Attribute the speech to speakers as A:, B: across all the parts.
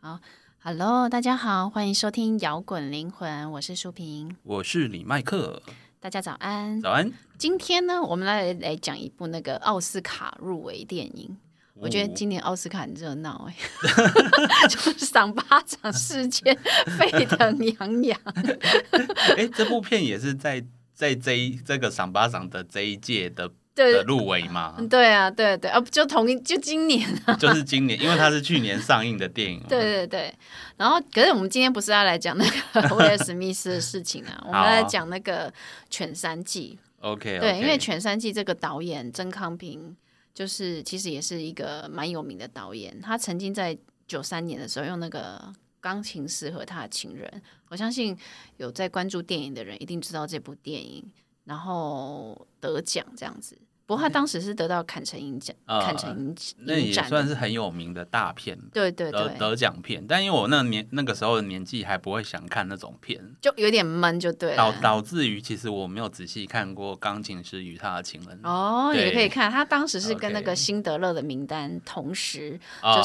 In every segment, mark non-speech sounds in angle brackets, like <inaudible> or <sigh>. A: 好，Hello，大家好，欢迎收听摇滚灵魂，我是舒平，
B: 我是李麦克，
A: 大家早安。
B: 早安。
A: 今天呢，我们来来讲一部那个奥斯卡入围电影。我
B: 哦
A: 觉得今年奥斯卡很热闹哎、 <laughs> 就是赏巴掌事件
B: <laughs>
A: 沸腾洋洋。
B: 哎、这部片也是在在这一这个赏巴掌的这一届的的
A: 对，
B: 入围
A: <laughs>
B: 嘛，
A: 对啊，对对啊，就同一就今年
B: 就是今年，因为它是去年上映的电影嘛。
A: 对对对，然后可是我们今天不是要来讲那个威尔史密斯的事情啊，我们
B: 好啊
A: 来讲那个《犬山记》。
B: ，OK，
A: 对，因为《犬山记》这个导演曾康平，就是其实也是一个蛮有名的导演，他曾经在九三年的时候用那个。钢琴师和他的情人，我相信有在关注电影的人一定知道这部电影，然后得奖这样子。不过他当时是得到坎城影奖，
B: 嗯啊
A: 坎城影
B: 那
A: 影
B: 也
A: 展的，
B: 算是很有名的大片。
A: 对对
B: 得
A: 对，
B: 得奖片，但因为我那年那个时候的年纪还不会想看那种片，
A: 就有点闷，就对了。
B: 导导致于其实我没有仔细看过《钢琴师与他的情人》
A: 哦，
B: 对
A: 也可以看，他当时是跟
B: OK
A: 那个辛德勒的名单同时，
B: 啊，
A: 就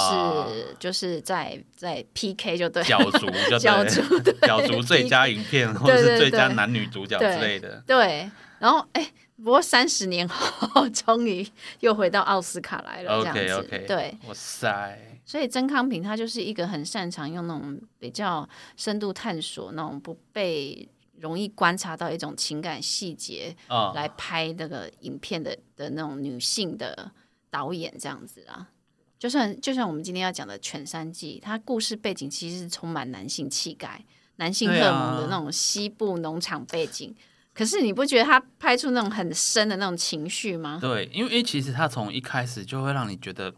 A: 是就是在在 PK 就对，
B: 角逐就
A: <laughs> 角
B: 对了，
A: 逐对
B: <laughs> 角逐最佳影片或者
A: 对对
B: 是最佳
A: 对
B: 男女主角之类的。
A: 对，然后哎，不过三十年后终于又回到奥斯卡来了，这样
B: OK
A: 子
B: OK，
A: 对，，
B: 哇塞，
A: 所以曾康平他就是一个很擅长用那种比较深度探索那种不被。容易观察到一种情感细节，
B: 啊、
A: 来拍那个影片的的那种女性的导演这样子啊。就算就像我们今天要讲的《犬山记》，它故事背景其实是充满男性气概、男性荷
B: 对
A: 尔
B: 啊
A: 蒙的那种西部农场背景。可是你不觉得他拍出那种很深的那种情绪吗？ <laughs>
B: 对，因为因为其实它从一开始就会让你觉得，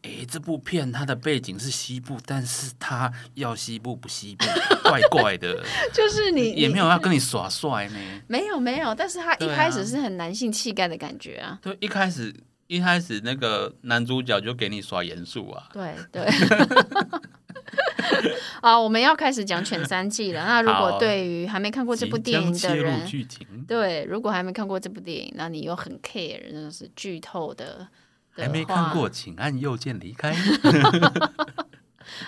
B: 诶，这部片它的背景是西部，但是它要西部不西部， <laughs> 怪怪的，
A: 就是你
B: 也没
A: 有
B: 有要跟你耍帅呢。
A: 没有没有，但是他一
B: 对啊
A: 开始是很男性气概的感觉啊。
B: 对，一开始一开始那个男主角就给你耍严肃啊，
A: 对
B: <laughs>
A: 对。 <laughs> 啊，我们要开始讲《犬山记》了。那如果
B: 好
A: 对于还没看过这部电影
B: 即
A: 的
B: 将切
A: 人
B: 入，剧情，
A: 对，如果还没看过这部电影，那你又很 care 那就是剧透的的
B: 还没
A: 话
B: 看，过，请按右键离
A: <laughs>
B: 开。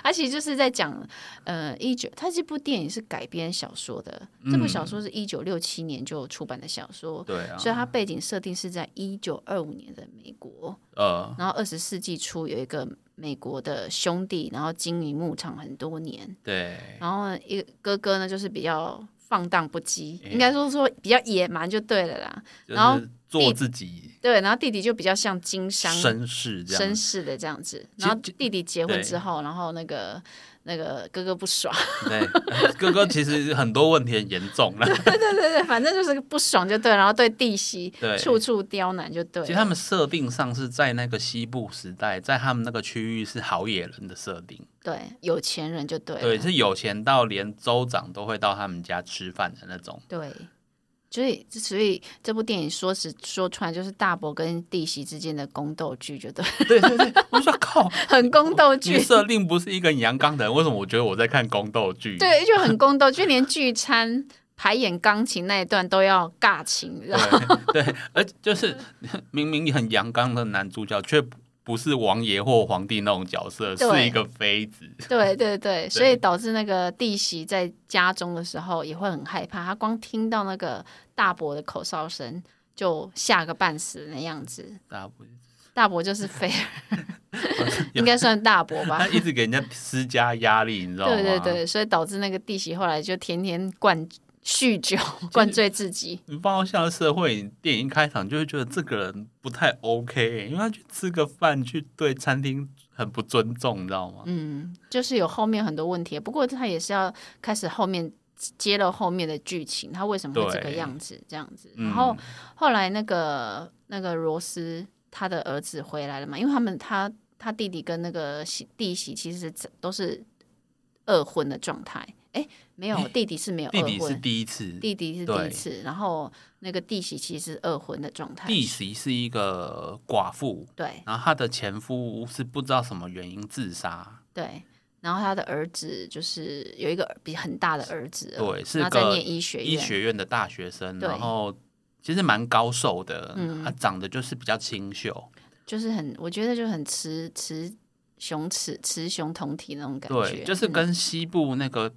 A: 它其实就是在讲，呃，一九，它这部电影是改编小说的，这部小说是一九六七年就出版的小说，
B: 嗯对啊，
A: 所以它背景设定是在一九二五年的美国，
B: 呃，
A: 然后二十世纪初有一个美国的兄弟，然后经营牧场很多年，
B: 对，
A: 然后一个哥哥呢就是比较放荡不羁，
B: 哎
A: 应该说说比较野蛮就对了啦，
B: 就
A: 然后
B: 是做自己
A: 对，然后弟弟就比较像经商
B: 绅士这
A: 绅
B: 样。
A: 士的这样子。
B: 其
A: 然
B: 实
A: 后
B: 就
A: 弟弟结婚
B: 对
A: 之后，然后那个那个哥哥不爽， <laughs>
B: 对，哥哥其实很多问题很严重了。
A: 对对对，反正就是不爽就对，然后对弟媳
B: 对
A: 处处刁难就对了。
B: 其实他们设定上是在那个西部时代，在他们那个区域是好野人的设定，
A: 对有钱人就对啊了，
B: 对，是有钱到连州长都会到他们家吃饭的那种。
A: 对。所以，所以这部电影说是说穿就是大伯跟弟媳之间的宫斗剧，就对，
B: 对对对，我说靠，
A: 很宫
B: <laughs>
A: 斗
B: 哦你
A: 剧，
B: 设定不是一个阳刚的人，为什么我觉得我在看宫斗剧？
A: 对，就很宫斗，就连聚餐、排演钢琴那一段都要尬情，你知道吗
B: 对对，而就是 <laughs> 明明很阳刚的男主角，却不是王爷或皇帝那种角色，
A: 对
B: 是一个妃子。 <laughs>
A: 对对对，所以导致那个弟媳在家中的时候也会很害怕，她光听到那个大伯的口哨声就吓个半死那样子。
B: 大不
A: 大伯就是菲
B: <laughs>
A: 儿，应该算大伯吧
B: 他？一直给人家施加压力， <laughs> 你知道吗？
A: 对对对，所以导致那个弟媳后来就天天灌酗酒，灌醉自己。
B: 你放到现在社会，电影一开场就会觉得这个人不太 OK，因为他去吃个饭，去对餐厅很不尊重，你知道吗？
A: 嗯，就是有后面很多问题，不过他也是要开始后面揭露后面的剧情，他为什么会这个
B: 对
A: 样子这样子，
B: 嗯
A: 然后。后来那个那个罗斯他的儿子回来了嘛，因为他们他他弟弟跟那个媳弟媳其实都是二婚的状态。哎，没有，
B: 诶
A: 弟弟是没有
B: 弟
A: 二
B: 弟是
A: 婚，
B: 第一次，
A: 弟弟是第一
B: 对
A: 次，然后那个弟媳其实是二婚的状态。
B: 弟媳是一个寡妇，
A: 对
B: 然后她的前夫是不知道什么原因自杀，
A: 对，然后他的儿子就是有一个比很大的儿子了，
B: 对，是
A: 然后在
B: 个
A: 念医学
B: 医
A: 院，
B: 学院的大学生，
A: 对
B: 然后其实蛮高瘦的，
A: 嗯
B: 他长得就是比较清秀，
A: 就是很我觉得就很吃吃雄雌雌雄同体那种感觉，
B: 对，就是
A: 嗯
B: 跟西部那个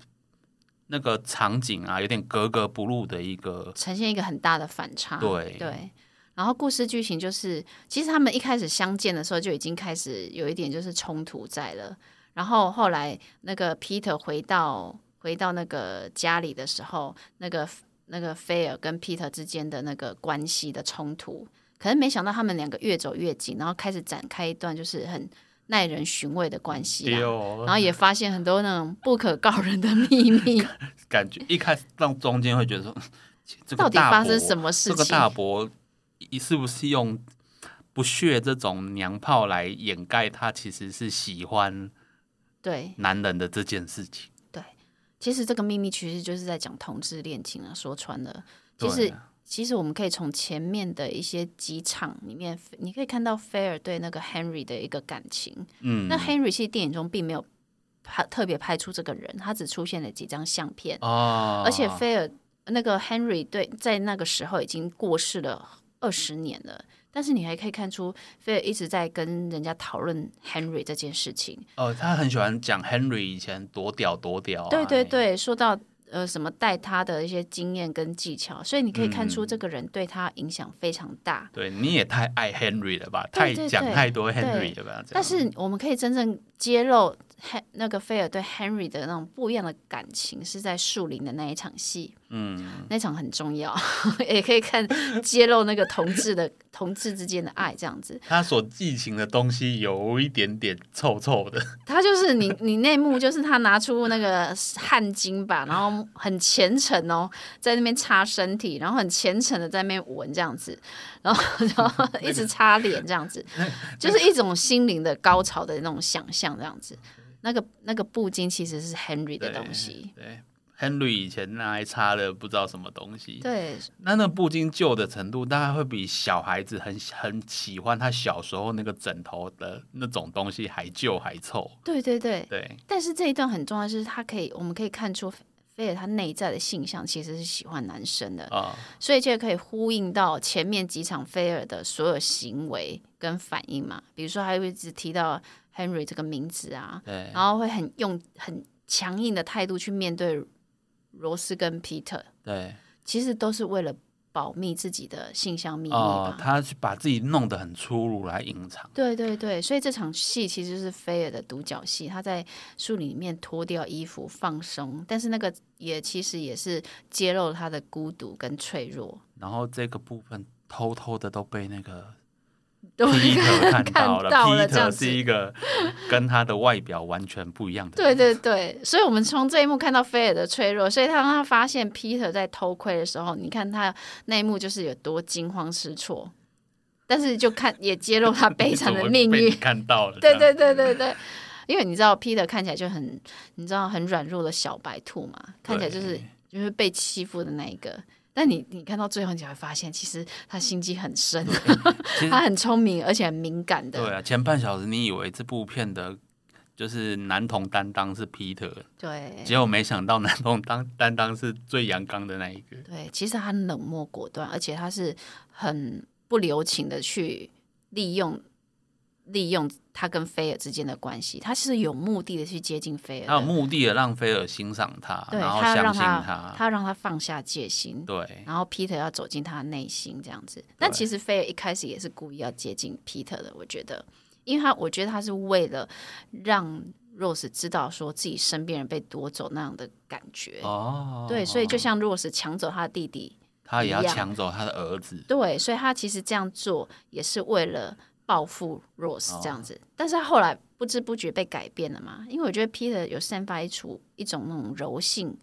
B: 那个场景啊，有点格格不入的一个，
A: 呈现一个很大的反差。
B: 对
A: 对。然后故事剧情就是，其实他们一开始相见的时候就已经开始有一点就是冲突在了。然后后来那个 Peter 回到回到那个家里的时候，那个那个菲尔跟 Peter 之间的那个关系的冲突，可能没想到他们两个越走越近，然后开始展开一段就是很耐人寻味的关系啦。
B: 丢
A: 然后也发现很多那种不可告人的秘
B: <laughs>
A: 密，
B: 感觉一开始让中间会觉得说， <laughs> 嗯这个
A: 到底
B: 大
A: 发
B: 伯
A: 生什么事
B: 这
A: 情？
B: 个大伯一是不是用不屑这种娘炮来掩盖他其实是喜欢
A: 对，
B: 男人的这件事情？
A: 其实这个秘密其实就是在讲同志恋情啊，说穿了，其
B: 对
A: 实
B: 啊
A: 其实我们可以从前面的一些几场里面，你可以看到菲尔对那个 Henry 的一个感情。
B: 嗯
A: 那 Henry 其实电影中并没有拍特别拍出这个人，他只出现了几张相片，
B: 哦，
A: 而且菲尔那个 Henry 对在那个时候已经过世了二十年了。但是你还可以看出，菲尔一直在跟人家讨论 Henry 这件事情，
B: 哦，他很喜欢讲 Henry 以前多屌多屌、啊，
A: 对对，对，说到呃什么带他的一些经验跟技巧，所以你可以看出
B: 嗯
A: 这个人对他影响非常大。
B: 对你也太爱 Henry 了吧，
A: 对对
B: 太讲
A: 对
B: 太多
A: 对
B: Henry 了吧，这样
A: 但是我们可以真正揭露 Hen- 那个菲尔对 Henry 的那种不一样的感情，是在树林的那一场戏，
B: 嗯，
A: 那场很重要， <laughs> 也可以看揭露那个同志的同志之间的爱这样子。
B: 他所寄情的东西有一点点臭臭的，
A: 他就是你， <laughs> 你内幕就是他拿出那个汗巾吧，然后很虔诚哦，在那边擦身体，然后很虔诚的在那边闻这样子，然后然后一直擦脸这样子，就是一种心灵的高潮的那种想象这样子。那个那个布巾其实是 Henry 的东西，
B: 对。Henry 以前那还插了不知道什么东西，
A: 对
B: 那那布巾旧的程度，大概会比小孩子很很喜欢他小时候那个枕头的那种东西还旧还臭。
A: 对对对。
B: 对，
A: 但是这一段很重要，就是他可以，我们可以看出菲尔他内在的性向其实是喜欢男生的，
B: 啊、
A: 所以就可以呼应到前面几场菲尔的所有行为跟反应嘛，比如说还会一直提到 Henry 这个名字啊，
B: 对，
A: 然后会很用很强硬的态度去面对罗斯跟 Peter，
B: 对，
A: 其实都是为了保密自己的性向秘密
B: 哦
A: 吧，。
B: 他是把自己弄得很粗鲁来隐藏。
A: 对对对，所以这场戏其实就是菲尔的独角戏，他在树林里面脱掉衣服放松，但是那个也其实也是揭露了他的孤独跟脆弱。
B: 然后这个部分偷偷的都被那
A: <laughs>
B: 个
A: 对
B: Peter 看
A: <laughs>
B: 到了。
A: 看到了这样
B: Peter
A: 子
B: 是一个跟他的外表完全不一样的
A: 对
B: 人。
A: 对对，所以我们从这一幕看到菲尔的脆弱，所以当他发现 Peter 在偷窥的时候，你看他那一幕就是有多惊慌失措，但是就看也揭露他
B: <laughs>
A: 悲惨的命
B: 被你
A: 运。
B: 看到了。
A: <laughs> 对对对对对，因为你知道 Peter 看起来就很，你知道很软弱的小白兔嘛，看起来就是
B: 对
A: 就是被欺负的那一个。但你你看到最后，你才会发现，其实他心机很深，
B: 其实
A: <laughs> 他很聪明，而且很敏感
B: 对
A: 的。
B: 啊，前半小时你以为这部片的就是男童担当是 Peter，
A: 对
B: 结果没想到男童当担当是最阳刚的那一个。
A: 对，其实他很冷漠果断，而且他是很不留情的去利用利用他跟菲尔之间的关系，他是有目的的去接近菲尔
B: 他有
A: 的，
B: 目的的让菲尔欣赏他，
A: 对
B: 然后
A: 他要
B: 相
A: 让
B: 信
A: 他
B: 他。
A: 他让他放下戒心，
B: 对，
A: 然后 Peter 要走进他的内心这样子。但其实菲尔一开始也是故意要接近 Peter 的，我觉得，因为他我觉得他是为了让 Rose 知道说自己身边人被夺走那样的感觉，
B: 哦，
A: 对，所以就像 Rose 抢走他的弟弟
B: 他也要
A: 一样
B: 抢走他的儿子。
A: 对，所以他其实这样做也是为了报复 Rose 这样
B: 哦
A: 子，但是他后来不知不觉被改变了嘛，因为我觉得 Peter 有散发一出一种那种柔性、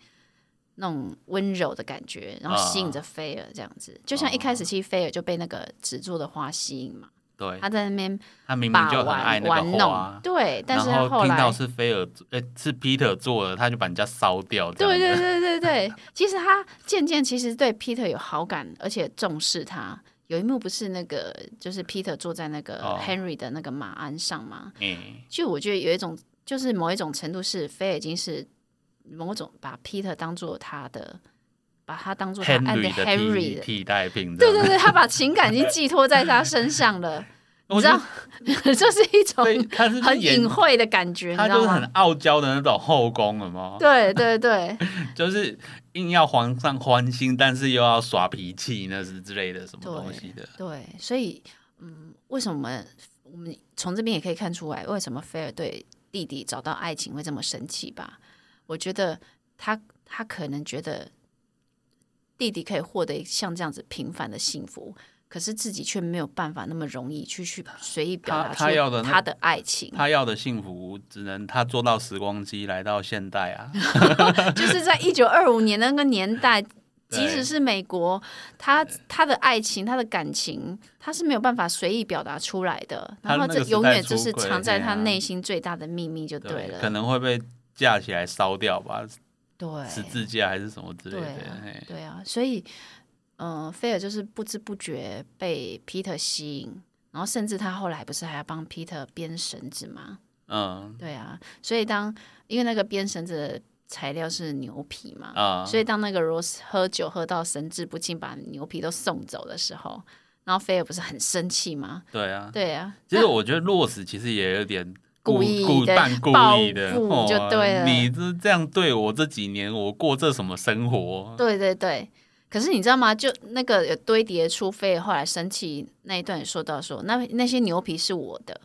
A: 那种温柔的感觉，然后吸引
B: 啊
A: 着菲尔这样子，就像一开始其实菲尔就被那个纸做的花吸引嘛，
B: 哦对，
A: 他在那边
B: 他明明
A: 把
B: 就很爱
A: 玩
B: 那个
A: 玩
B: 花
A: 弄，，对，但是
B: 然
A: 他
B: 后听
A: 来
B: 到是菲尔做，哎，是 Peter 做的，他就把人家烧掉。这样
A: 对对
B: 子，
A: 对对对， <laughs> 其实他渐渐其实对 Peter 有好感，而且重视他。有一幕不是那个，就是 Peter 坐在那个
B: 哦
A: Henry 的那个马鞍上吗？
B: 哎，
A: 就我觉得有一种，就是某一种程度是菲尔已经是某种把 Peter 当做他的，把他当做他爱
B: Henry 的替
A: Henry 的，
B: 替代品。
A: 对对对，他把情感已经寄托在他身上了。你
B: <laughs> 我
A: 知
B: 觉
A: 道
B: 得，
A: <laughs> 就是一种
B: 所以他是
A: 很
B: 演
A: 隐，晦的感觉，你
B: 他
A: 知
B: 就
A: 道
B: 是很
A: 吗？
B: 傲娇的那种后宫了吗？
A: 对对对，
B: 就是硬要皇上欢心，但是又要耍脾气，那是之类的什么东西的。
A: 对，所以嗯，为什么我们从这边也可以看出来，为什么菲尔对弟弟找到爱情会这么生气吧？我觉得他他可能觉得弟弟可以获得像这样子平凡的幸福。可是自己却没有办法那么容易去去随意表达
B: 他他要的
A: 出
B: 那
A: 他的爱情，
B: 他要的幸福，只能他坐到时光机来到现代啊。 <laughs>
A: 就是在一九二五年那个年代，
B: 对
A: 即使是美国，他他的爱情、他的感情，他是没有办法随意表达出来的。
B: 他
A: 然后
B: 那个
A: 这
B: 时代
A: 永远就是
B: 出轨
A: 藏在他
B: 嘿啊
A: 内心最大的秘密，就
B: 对，
A: 了。
B: 可能会被架起来烧掉吧，
A: 对
B: 十字架还是什么之类
A: 对
B: 的。
A: 啊
B: 嘿
A: 对啊，所以，嗯、菲尔就是不知不觉被 Peter 吸引，然后甚至他后来不是还要帮 Peter 编绳子吗？
B: 嗯
A: 对啊，所以当因为那个编绳子的材料是牛皮嘛，
B: 啊，
A: 所以当那个 Rose 喝酒喝到神志不清，把牛皮都送走的时候，然后菲尔不是很生气吗？
B: 对啊。
A: 对啊，
B: 其实我觉得洛斯其实也有点
A: 故意
B: 故
A: 的 <laughs>
B: 半故
A: 报
B: 意的，
A: 复
B: 哦
A: 就对了
B: 你这这样对我这几年，我过这什么生活？
A: 对对对。可是你知道吗？就那个有堆叠出菲尔后来生气那一段，也说到说那那些牛皮是我的。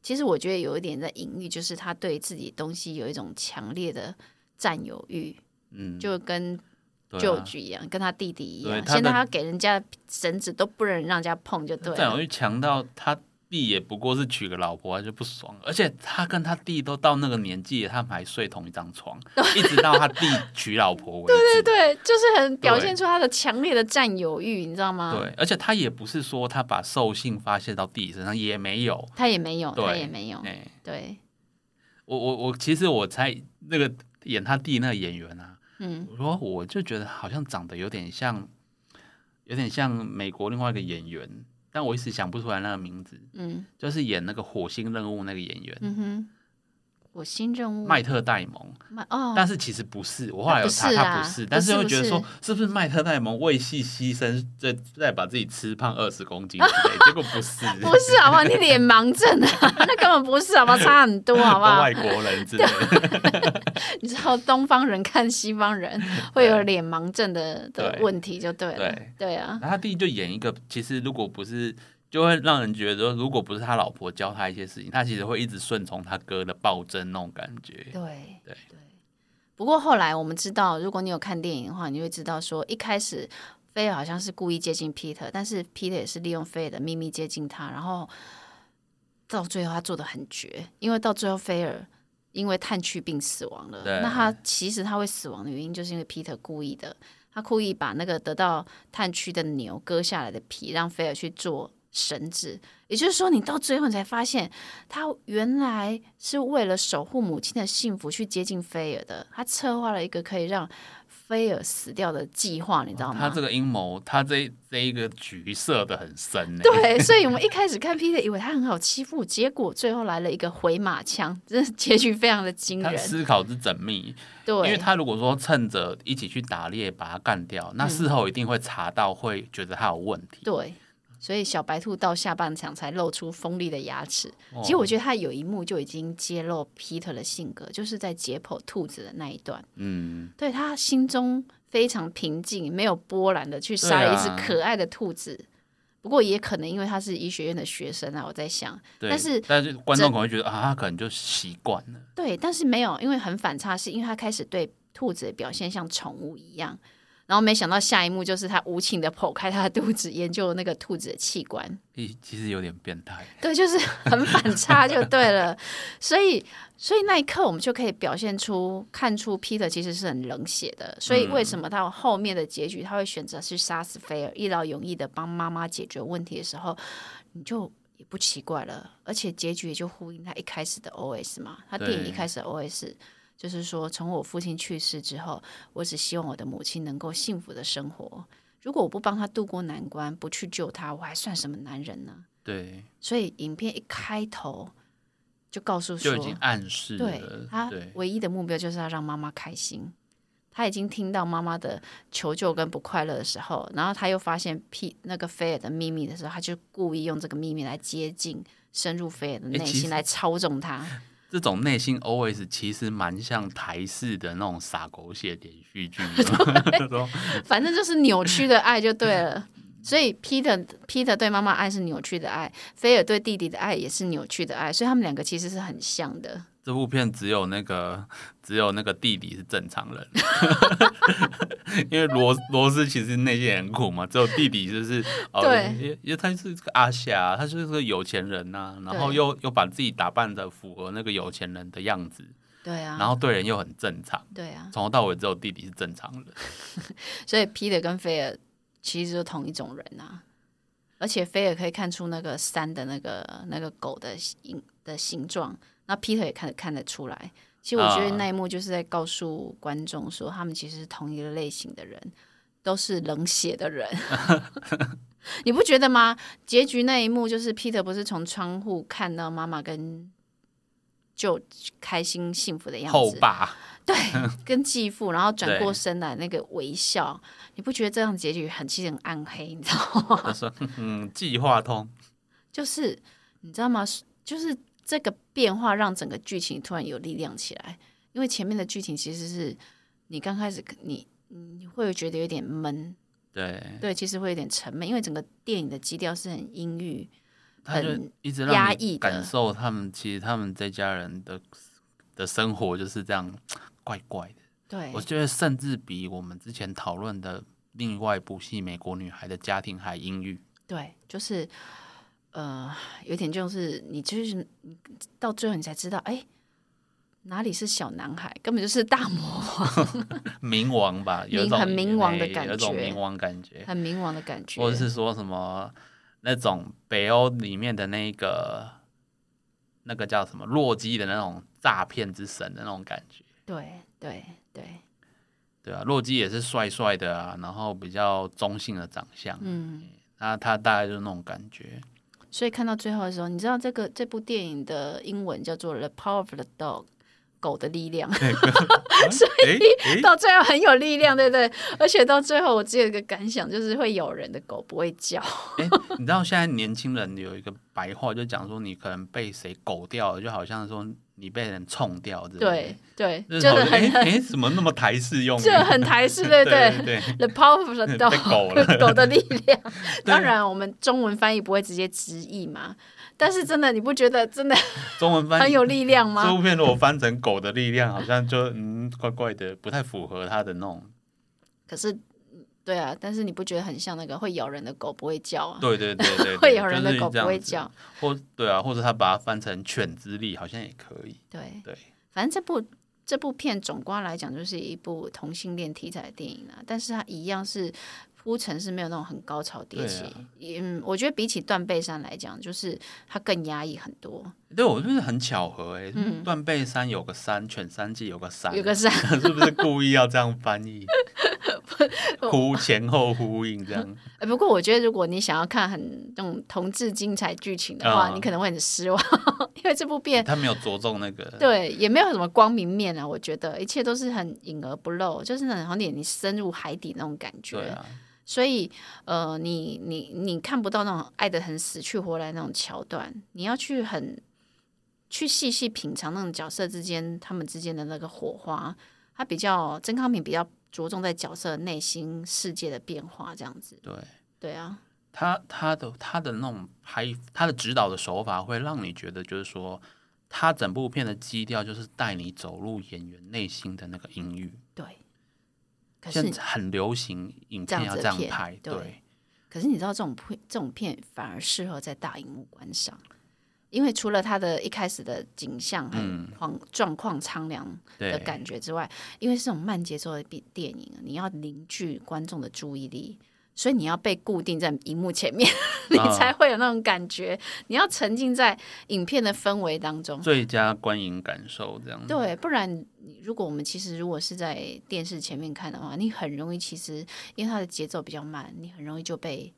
A: 其实我觉得有一点在隐喻，就是他对自己东西有一种强烈的占有欲，
B: 嗯，
A: 就跟
B: 对
A: 舅
B: 啊
A: 舅一样，跟他弟弟一
B: 对
A: 样。
B: 他
A: 现在
B: 的
A: 他给人家绳子都不能让人家碰，就对
B: 占有
A: 了。
B: 欲强到他弟也不过是娶个老婆，他就不爽了。而且他跟他弟都到那个年纪了，他们还睡同一张床，一直到他弟娶老婆为止。对
A: <laughs> 对，就是很表
B: 对
A: 现出他的强烈的占有欲，你知道吗？
B: 而且他也不是说他把兽性发泄到弟身上，也没有。
A: 他也没有，
B: 对
A: 他也没有
B: 哎、，
A: 对，
B: 我我我，其实我猜那个演他弟那个演员啊，
A: 嗯，
B: 我说我就觉得好像长得有点像，有点像美国另外一个演员，但我一时想不出来那个名字，
A: 嗯，
B: 就是演那个火星任务那个演员、
A: 嗯哼，我新任务
B: 麦特戴蒙。
A: 麦哦，
B: 但是其实不是，我后来有查，
A: 不是啊
B: 他不是，但是
A: 不是
B: 又觉得说
A: 不，
B: 是不是麦特戴蒙为戏牺牲，再再把自己吃
A: <laughs>
B: 胖二十公斤之类，结果不是，
A: <laughs> 不是好不好？你脸盲症啊， <laughs> 那根本不是好不好？差很多好
B: 都 <laughs>
A: 不好？
B: 外国人之类的，
A: 你知道东方人看西方人会有脸盲症的的
B: 对
A: 问题就对了，
B: 对
A: 对啊
B: 然，后他弟就演一个，其实如果不是，就会让人觉得，如果不是他老婆教他一些事情，他其实会一直顺从他哥的暴政那种感觉。
A: 对
B: 对
A: 不过后来我们知道，如果你有看电影的话，你会知道说，一开始菲尔好像是故意接近 Peter，但是 Peter 也是利用菲尔的秘密接近他，然后到最后他做的很绝，因为到最后菲尔因为炭疽病死亡了
B: 对。
A: 那他其实他会死亡的原因，就是因为 Peter 故意的，他故意把那个得到炭疽的牛割下来的皮，让菲尔去做绳子。也就是说，你到最后你才发现，他原来是为了守护母亲的幸福去接近菲尔的，他策划了一个可以让菲尔死掉的计划，你知道吗？
B: 哦他这个阴谋，他这这一个局设的很深欸呢、
A: 对，所以我们一开始看 Peter 以为他很好欺负，结果最后来了一个回马枪，真是结局非常的惊
B: 他
A: 人。
B: 思考之缜密，
A: 对，
B: 因为他如果说趁着一起去打猎把他干掉，
A: 嗯
B: 那事后一定会查到，会觉得他有问题。
A: 对，所以小白兔到下半场才露出锋利的牙齿。
B: 哦
A: 其实我觉得他有一幕就已经揭露 Peter 的性格，就是在解剖兔子的那一段。
B: 嗯，
A: 对他心中非常平静，没有波澜的去杀
B: 对
A: 了
B: 啊
A: 一只可爱的兔子。不过也可能因为他是医学院的学生啊，我在想，
B: 对。
A: 但是
B: 但是观众可能会觉得啊，他可能就习惯了。
A: 对，但是没有，因为很反差，是因为他开始对兔子的表现像宠物一样，然后没想到下一幕就是他无情的剖开他的肚子，研究那个兔子的器官。
B: 其其实有点变态，
A: <laughs> 对，就是很反差就对了。 <laughs> 所以，所以那一刻我们就可以表现出、看出 Peter 其实是很冷血的。所以，为什么到后面的结局他会选择去杀死菲尔，一劳永逸的帮妈妈解决问题的时候，你就也不奇怪了。而且结局也就呼应他一开始的 OS 嘛，他电影一
B: 对
A: 开始的 OS。就是说，从我父亲去世之后，我只希望我的母亲能够幸福的生活。如果我不帮他渡过难关，不去救他，我还算什么男人呢？
B: 对，
A: 所以影片一开头就告诉
B: 就
A: 说
B: 已，经暗示
A: 对
B: 了，
A: 他
B: 对，
A: 唯一的目标就是要让妈妈开心。他他已经听到妈妈的求救跟不快乐的时候，然后他又发现屁那个菲尔的秘密的时候，他就故意用这个秘密来接近、深入菲尔的
B: 诶
A: 内
B: 其实
A: 心，来操纵他。
B: 这种内心 always 其实蛮像台式的那种撒狗血连续剧，
A: <laughs>
B: <laughs> 那种
A: 反正就是扭曲的爱就对了。所以 Peter Peter 对妈妈爱是扭曲的爱，菲尔对弟弟的爱也是扭曲的爱，所以他们两个其实是很像的。
B: 这部片只有那个只有那个弟弟是正常人， <laughs> 因为罗罗斯其实内心也很苦嘛，只有弟弟就是哦，
A: 对
B: 因为因为他是个阿霞，他就是个有钱人呐、然后
A: 对
B: 又又把自己打扮的符合那个有钱人的样子，
A: 对啊，
B: 然后对人又很正常，
A: 对啊，
B: 从头到尾只有弟弟是正常人，
A: 所以 Peter 跟菲尔其实就是同一种人啊。而且菲尔可以看出那个山的那个那个狗的形的形状，那 Peter 也看看得出来。其实我觉得
B: 啊
A: 那一幕就是在告诉观众说，他们其实是同一个类型的人，都是冷血的人。 <laughs> 你不觉得吗？结局那一幕就是 Peter 不是从窗户看到妈妈跟就开心幸福的样
B: 后
A: 子，啊
B: 爸
A: 对，跟继父，然后转
B: 对
A: 过身来那个微笑，你不觉得这样结局很其实很暗黑，你知道吗？ <laughs>
B: 他说嗯计划通，
A: 就是你知道吗？就是这个变化让整个剧情突然有力量起来，因为前面的剧情其实是你刚开始你你会觉得有点闷，
B: 对，
A: 对，其实会有点沉闷，因为整个电影的基调是很阴郁，
B: 他就
A: 很
B: 一直
A: 压
B: 让
A: 抑
B: 你
A: 的
B: 感受他们其实他们这家人的的生活就是这样怪怪的。
A: 对
B: 我觉得甚至比我们之前讨论的另外一部戏《美国女孩的家庭》还阴郁。
A: 对，就是呃，有点就是你就是你到最后你才知道，哎。哪里是小男孩，根本就是大魔
B: 冥王吧，有一
A: 冥
B: 种
A: 很冥王的感
B: 有一种
A: 觉
B: 冥王感觉，
A: 很冥王的感觉，
B: 或者是说什么那种北欧里面的那个那个叫什么洛基的那种诈骗之神的那种感觉。
A: 对对对，
B: 对啊，洛基也是帅帅的啊，然后比较中性的长相，
A: 嗯，
B: 那他大概就是那种感
A: <laughs>
B: 觉。
A: 所以看到最后的时候，你知道这个这部电影的英文叫做《The Power of the Dog》，狗的力量，
B: 所以
A: <laughs> 到最后很有力量，对不对？而且到最后，我只有一个感想，就是会咬人的狗不会叫，
B: 哎、你知道现在年轻人有一个白话，就讲说你可能被谁狗掉了，就好像说你被人冲掉之类
A: 对对，
B: 的，
A: 就是
B: 好像
A: 很
B: 哎
A: 很
B: 哎，怎么那么台式用语？
A: 这很台式，对不
B: 对
A: 对
B: 对，
A: ？The Power of
B: <laughs>
A: the
B: 被
A: Dog，
B: 狗了
A: 狗
B: <laughs>
A: 的力量。
B: 对
A: 当然，我们中文翻译不会直接直译嘛，但是真的，你不觉得真的
B: 中文翻
A: 很
B: 译
A: 有力量
B: 这
A: 吗？
B: 部片如果翻成狗的力量，好像就嗯怪怪的，不太符合他的那种。
A: 可是，对啊，但是你不觉得很像那个会咬人的狗不会叫啊？
B: 对对对
A: <laughs>
B: 对对，
A: 会咬人的
B: 就是
A: 狗
B: 这样
A: 不会
B: 子
A: 叫，
B: 或对啊，或者他把它翻成犬之力，好像也可以。
A: 对，
B: 对，
A: 反正这部这部片总观来讲就是一部同性恋题材的电影啊，但是它一样是铺陈是没有那种很高潮迭起
B: 对啊。
A: 嗯，我觉得比起《断背山》来讲，就是它更压抑很多。
B: 对我就是很巧合哎、断背山有个山，犬山记有个山，
A: 嗯有个山，
B: <laughs> 是不是故意要这样翻
A: <laughs>
B: 译？呼前后呼应这
A: <laughs>
B: 样，
A: 呃不过我觉得如果你想要看很那种同志精彩剧情的话，
B: 啊
A: 你可能会很失望， <laughs> 因为这部片
B: 他没有着重那个。
A: 对，也没有什么光明面啊，我觉得一切都是很隐而不露，就是那种有点你深入海底那种感觉。
B: 对啊，
A: 所以，呃，你你你看不到那种爱的很死去活来那种桥段，你要去很去细细品尝那种角色之间他们之间的那个火花。他比较曾康平比较着重在角色内心世界的变化这样子。
B: 对
A: 对啊，
B: 他他的他的那种拍他的指导的手法，会让你觉得就是说，他整部片的基调就是带你走入演员内心的那个阴郁。
A: 对。可是
B: 现在很流行影
A: 这样
B: 片要这
A: 子的
B: 样
A: 片
B: 拍，
A: 对
B: 对
A: 可是你知道这种片这种片反而适合在大荧幕观赏，因为除了它的一开始的景象很荒状况苍凉的
B: 嗯对
A: 感觉之外，因为是这种慢节奏的电电影，啊你要凝聚观众的注意力。所以你要被固定在荧幕前面， <laughs> 你
B: 啊
A: 才会有那种感觉。你要沉浸在影片的氛围当中，
B: 最佳观影感受这样。
A: 对，不然你如果我们其实如果是在电视前面看的话，你很容易其实因为它的节奏比较慢，你很容易就被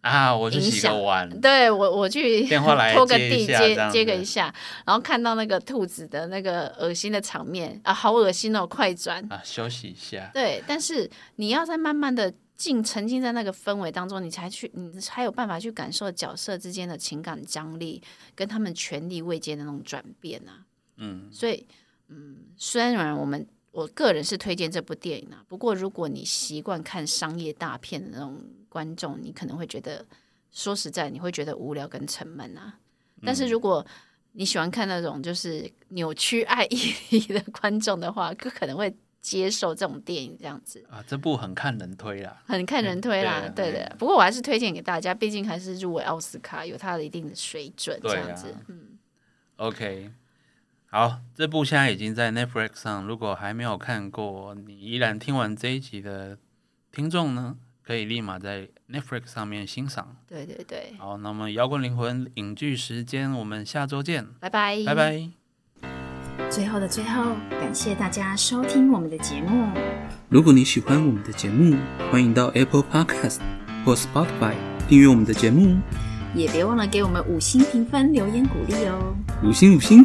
B: 啊，我去
A: 影
B: 洗个
A: 响
B: 碗，
A: 对我，我去
B: 电话来
A: <laughs> 拖个
B: 接一
A: 地
B: 下这
A: 接
B: 样
A: 接个
B: 子
A: 一下，然后看到那个兔子的那个恶心的场面啊，好恶心哦！快转，
B: 啊，休息一下。
A: 对，但是你要在慢慢的进沉浸在那个氛围当中，你才去，你才有办法去感受角色之间的情感张力，跟他们权力位阶的那种转变啊。
B: 嗯，
A: 所以，嗯，虽然我们我个人是推荐这部电影啊，不过如果你习惯看商业大片的那种观众，你可能会觉得，说实在，你会觉得无聊跟沉闷啊。但是如果你喜欢看那种就是扭曲爱意理的观众的话，可可能会接受这种电影这样子，
B: 啊，这部很看人推啊啦。
A: 很看人推啦，
B: 对啊
A: 对
B: 对
A: 的。不过我还是推荐给大家，毕竟还是入围奥斯卡，有它的一定的水准这
B: 对
A: 样
B: 啊
A: 子。嗯，
B: OK，好，这部现在已经在 Netflix 上，如果还没有看过，你依然听完这一集的听众呢，可以立马在 Netflix 上面欣赏。
A: 对对对，
B: 好，那么摇滚灵魂影剧时间，我们下周见，
A: 拜拜，
B: 拜拜。
C: 最后的最后，感谢大家收听我们的节目。
D: 如果你喜欢我们的节目，欢迎到 Apple Podcast 或 Spotify 订阅我们的节目，
C: 也别忘了给我们五星评分、留言鼓励哦。
D: 五星五星。